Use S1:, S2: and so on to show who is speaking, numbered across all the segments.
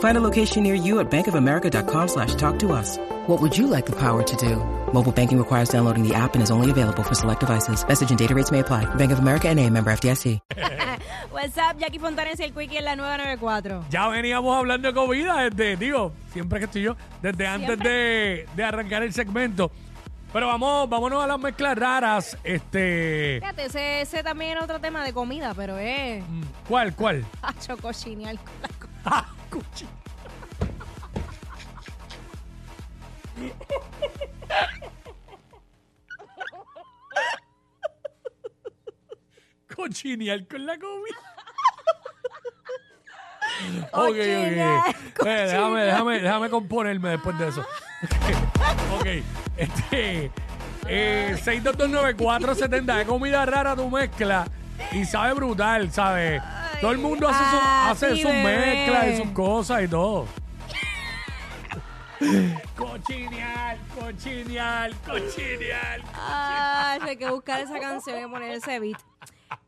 S1: Find a location near you at bankofamerica.com slash talk to us. What would you like the power to do? Mobile banking requires downloading the app and is only available for select devices. Message and data rates may apply. Bank of America and a member FDIC.
S2: WhatsApp, Jackie Fontanes y el Quickie en la 994.
S3: Ya veníamos hablando de comida desde, digo, siempre que estoy yo, desde antes de, de arrancar el segmento. Pero vamos, vámonos a las mezclas raras. Este,
S2: Fíjate, ese, ese también era otro tema de comida, pero es.
S3: mm, ¿cuál, cuál?
S2: Ah, chocochinear con la comida.
S3: Ah, cuchi- Cochinear con la comida. Ok,
S2: Cochinear,
S3: ok. Eh, déjame, déjame, déjame componerme después de eso. ok, este. Eh, 6229470 de comida rara tu mezcla y sabe brutal, ¿sabes? Todo el mundo hace, su-
S2: ah,
S3: hace
S2: sí,
S3: sus
S2: bebé.
S3: mezclas y sus cosas y todo. cochinear, cochinear, cochinear,
S2: Ay, hay que buscar esa canción y poner ese beat.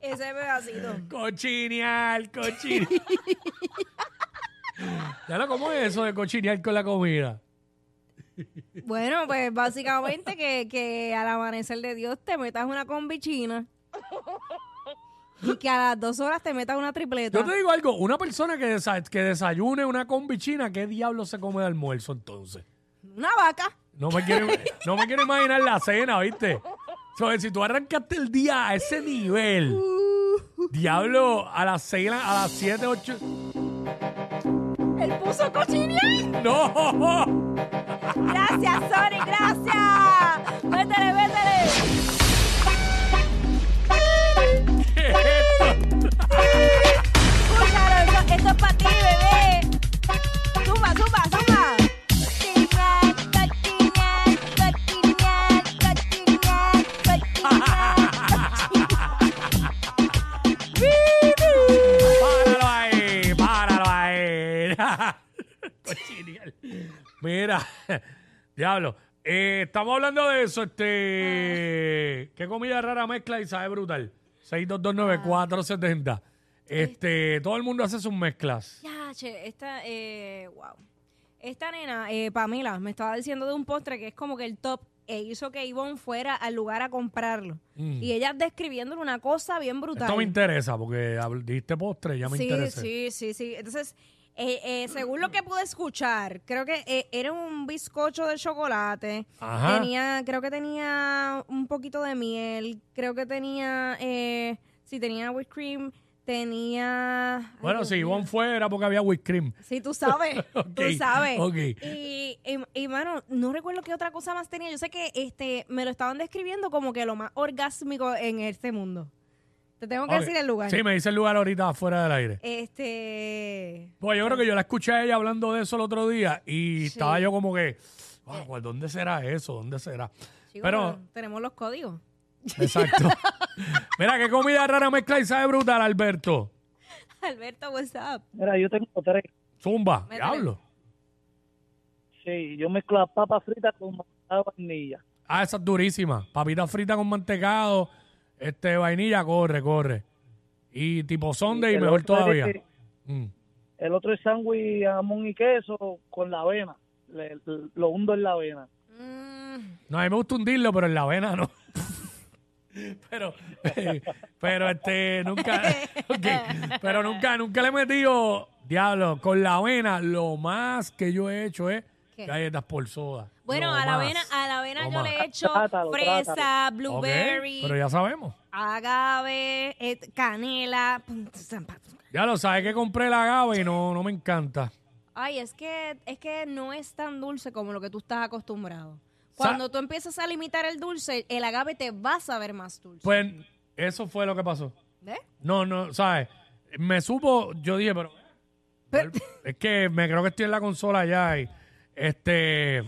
S2: Ese pedacito.
S3: cochinear, cochinear. ya lo, ¿cómo es eso de cochinear con la comida?
S2: Bueno, pues básicamente que, que al amanecer de Dios te metas una combichina. Y que a las dos horas te metas una tripleta.
S3: Yo te digo algo, una persona que, desa- que desayune una combichina, ¿qué diablo se come de almuerzo entonces?
S2: Una vaca.
S3: No me quiero, no me quiero imaginar la cena, ¿viste? So, eh, si tú arrancaste el día a ese nivel, Uh. diablo, a las cena, a las 7, 8...
S2: Él puso cochinear.
S3: ¡No!
S2: Gracias, Sony, gracias. Métele, métele.
S3: ¿Qué es esto?
S2: Escúchalo, esto, esto es para ti, bebé. Zumba, zumba, zumba. Cochinear, cochinear, cochinear, cochinear, cochinear. Vivi.
S3: ¡Páralo ahí! ¡Páralo ahí! Cochinear. Mira, diablo, eh, estamos hablando de eso,
S2: Ah.
S3: este... ¿Qué comida rara mezcla y sabe brutal? 6229470. Este, todo el mundo hace sus mezclas.
S2: Ya, che, esta, eh, wow. Esta nena, eh, Pamela, me estaba diciendo de un postre que es como que el top e hizo que Ivonne fuera al lugar a comprarlo.
S3: Mm.
S2: Y ella describiéndole una cosa bien brutal.
S3: Esto me interesa porque habl- dijiste postre, ya me
S2: sí,
S3: interesa.
S2: sí, sí, sí. Entonces, eh, eh, según lo que pude escuchar, creo que eh, era un bizcocho de chocolate.
S3: Ajá.
S2: Tenía, creo que tenía un poquito de miel. Creo que tenía, eh, sí, tenía whipped cream. Tenía. ay,
S3: Bueno,
S2: Dios
S3: si
S2: mío.
S3: Ivonne fuera porque había whipped cream.
S2: Sí, tú sabes,
S3: Ok,
S2: tú sabes.
S3: ok.
S2: Y, y, y, mano, no recuerdo qué otra cosa más tenía. Yo sé que este me lo estaban describiendo como que lo más orgásmico en este mundo. Te tengo que
S3: Ok.
S2: decir el lugar.
S3: Sí, me dice el lugar ahorita afuera del aire.
S2: Este,
S3: Pues yo creo que yo la escuché a ella hablando de eso el otro día y
S2: Sí.
S3: estaba yo como que, "Wow, pues, ¿dónde será eso? ¿Dónde será?
S2: chico,
S3: Pero,
S2: tenemos los códigos.
S3: exacto. Mira, qué comida rara mezcla y sabe brutal, Alberto.
S2: Alberto, what's up?
S4: Mira, yo tengo tres.
S3: Zumba,
S2: Métele.
S3: diablo.
S4: Sí, yo mezclo las papas fritas con mojada vainilla.
S3: Ah, esa es durísima. Papita frita con mantecado, este, vainilla, corre, corre. Y tipo sonde y
S4: El
S3: mejor
S4: otro es-
S3: todavía. Mm.
S4: el otro es sándwich jamón y queso con la avena. Le- le- lo hundo en la avena.
S2: Mm,
S3: No, a mí me gusta hundirlo, pero en la avena no. pero, eh, pero este, nunca, ok, pero nunca, nunca le he metido, diablo, con la avena, lo más que yo he hecho es
S2: ¿Qué?
S3: Galletas por soda.
S2: Bueno,
S3: No
S2: a la
S3: más,
S2: avena, a la avena
S3: no
S2: yo
S3: más.
S2: le echo
S4: Trátalo,
S2: fresa,
S3: Ok,
S4: trátalo.
S2: blueberry,
S3: pero ya sabemos.
S2: agave, et- canela.
S3: Ya lo sabes que compré la agave y no, no me encanta.
S2: Ay, es que, es que no es tan dulce como lo que tú estás acostumbrado.
S3: Sa-
S2: Cuando tú empiezas a limitar el dulce, el agave te va a saber más dulce.
S3: Pues eso fue lo que pasó.
S2: ¿Ves?
S3: No, no, ¿sabes? Me supo, yo dije, pero
S2: Pero-
S3: es que me creo que estoy en la consola ya y este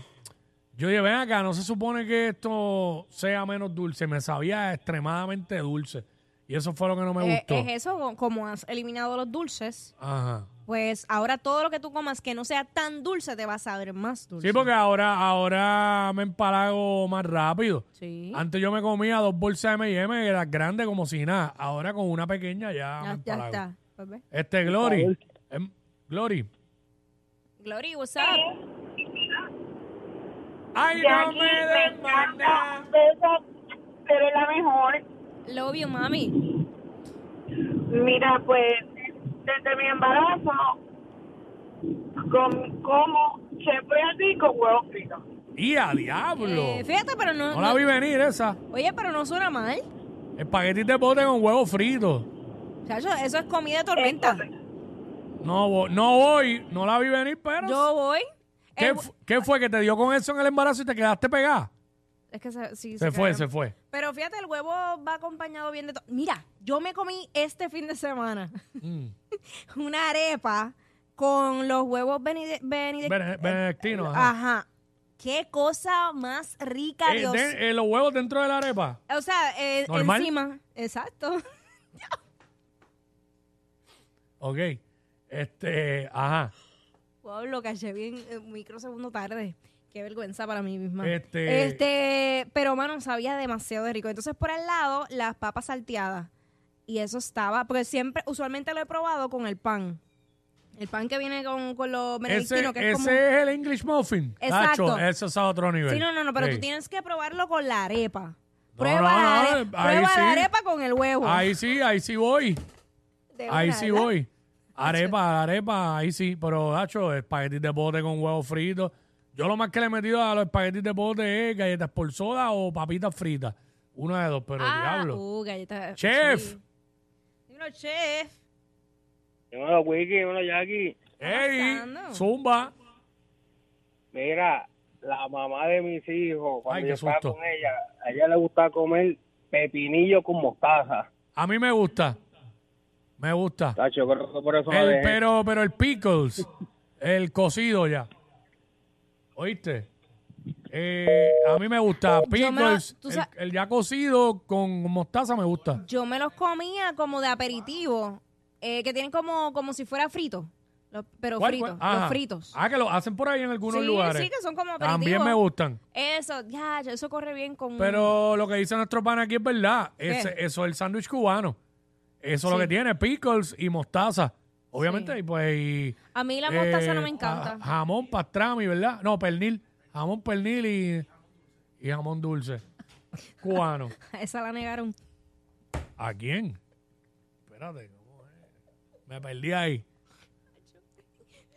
S3: yo dije, ven acá, no se supone que esto sea menos dulce, me sabía extremadamente dulce y eso fue lo que no me
S2: Eh,
S3: gustó.
S2: es eso, co- como has eliminado los dulces,
S3: Ajá.
S2: pues ahora todo lo que tú comas que no sea tan dulce te va a saber más dulce.
S3: Sí, porque ahora ahora me empalago más rápido.
S2: Sí.
S3: Antes yo me comía dos bolsas de M&M, que eran grandes como si nada. Ahora con una pequeña ya,
S2: Ya,
S3: me
S2: ya
S3: empalago.
S2: está. Pues ve.
S3: Este, Glory. em, Glory.
S2: Glory, what's up?
S3: Ay, no me den maná.
S5: Esa, pero es la mejor.
S2: Love you, mami.
S5: Mira, pues desde mi embarazo com- como siempre así con huevos fritos.
S3: Y a diablo.
S2: Eh, fíjate, pero no,
S3: No la
S2: no-
S3: vi venir esa.
S2: Oye, pero no suena mal.
S3: Espaguetis de bote con huevo frito.
S2: Chacho, eso es comida de tormenta.
S3: No, vo- no voy, no la vi venir, pero.
S2: Yo voy.
S3: ¿Qué,
S2: El-
S3: fu- qué fue que te dio con eso en el embarazo y te quedaste pegada?
S2: es que se, sí,
S3: Se fue,
S2: cae.
S3: se fue.
S2: Pero fíjate, el huevo va acompañado bien de todo. Mira, yo me comí este fin de semana
S3: Mm.
S2: una arepa con los huevos benide- benide-
S3: Bene-
S2: Eh,
S3: Benedictino. ajá.
S2: Ajá. Qué cosa más rica,
S3: Eh,
S2: Dios.
S3: de- eh, los huevos dentro de la arepa.
S2: O sea, eh,
S3: ¿Normal?
S2: encima. Exacto.
S3: Ok. Este, ajá.
S2: Wow, lo caché bien eh, un microsegundo tarde. Qué vergüenza para mí misma.
S3: Este-
S2: Este, pero mano, sabía demasiado de rico. Entonces, por al lado, las papas salteadas. Y eso estaba, porque siempre, usualmente lo he probado con el pan. El pan que viene con, con los
S3: Ese,
S2: benedictinos, que es
S3: ese
S2: como...
S3: es el English muffin.
S2: Exacto.
S3: Tacho, eso es a otro nivel.
S2: Sí, no, no, no, pero
S3: Sí.
S2: tú tienes que probarlo con la arepa.
S3: No,
S2: Prueba,
S3: no,
S2: la, are-
S3: no, ahí
S2: prueba la
S3: sí.
S2: arepa con el huevo.
S3: Ahí sí, ahí sí voy.
S2: De
S3: Ahí
S2: una,
S3: sí
S2: ¿verdad?
S3: voy. Arepa, arepa, ahí sí. Pero, Dacho, espaguetis de bote con huevo frito. Yo lo más que le he metido a los espaguetis de bote es galletas por soda o papitas fritas. Una de dos, pero
S2: Ah,
S3: diablo.
S2: uh, galleta-
S3: Chef.
S2: sí. Dímelo, chef.
S6: Dímelo, Wiki, dímelo, Jackie.
S3: ¡Ey!
S2: pasando?
S3: Zumba.
S6: Mira, la mamá de mis hijos, cuando
S3: Ay, qué
S6: yo estaba
S3: susto.
S6: con ella, a ella le gustaba comer pepinillo con mostaza.
S3: A mí me gusta. Me gusta.
S6: Tacho, yo creo que por eso la
S3: El-
S6: dejé.
S3: pero, pero el pickles, el cocido ya. ¿Oíste? Eh, a mí me gusta.
S2: Yo me lo-
S3: Pickles,
S2: tú
S3: el-
S2: sa-
S3: el ya cocido con mostaza me gusta.
S2: Yo me los comía como de aperitivo, eh, que tienen como, como si fuera frito, los- pero
S3: ¿Cuál,
S2: fritos,
S3: cuál? Ajá.
S2: los fritos.
S3: Ah, que lo hacen por ahí en algunos
S2: sí,
S3: lugares.
S2: sí, que son como aperitivos. Mm.
S3: También me gustan.
S2: Eso, ya, eso corre bien con...
S3: Pero lo que dice nuestro pan aquí es verdad. Ese- eso es el sándwich cubano. Eso es lo
S2: Sí.
S3: que tiene, pickles y mostaza. Obviamente,
S2: Sí.
S3: y pues... y,
S2: A mí la mostaza
S3: eh,
S2: no me encanta.
S3: ja- jamón, pastrami, ¿verdad? No, pernil. Jamón, pernil y, y jamón dulce. Cubano.
S2: Esa la negaron.
S3: ¿A quién? Espérate, ¿cómo es? Me perdí ahí.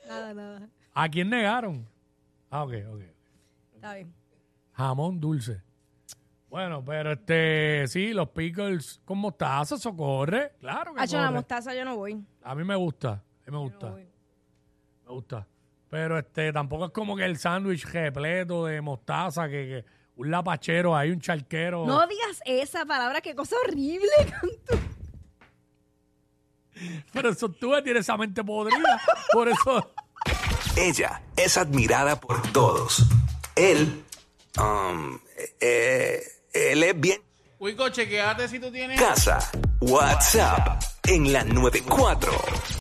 S2: Nada, nada.
S3: ¿A quién negaron? Ah, ok, ok.
S2: Está bien.
S3: Jamón dulce. Bueno, pero este, sí, los pickles con mostaza, socorre. Claro que
S2: Hacho, la
S3: corre.
S2: mostaza yo no voy.
S3: A mí me gusta, a mí me gusta,
S2: voy.
S3: me gusta. Pero este, tampoco es como que el sándwich repleto de mostaza, que, que un lapachero ahí, un charquero.
S2: No digas esa palabra, qué cosa horrible. con tu-
S3: Pero eso tú tienes esa mente podrida. Por eso.
S7: Ella es admirada por todos. Él, um, eh, él es bien.
S8: Wico, chequeate si tú tienes.
S7: Casa, WhatsApp, en la 94.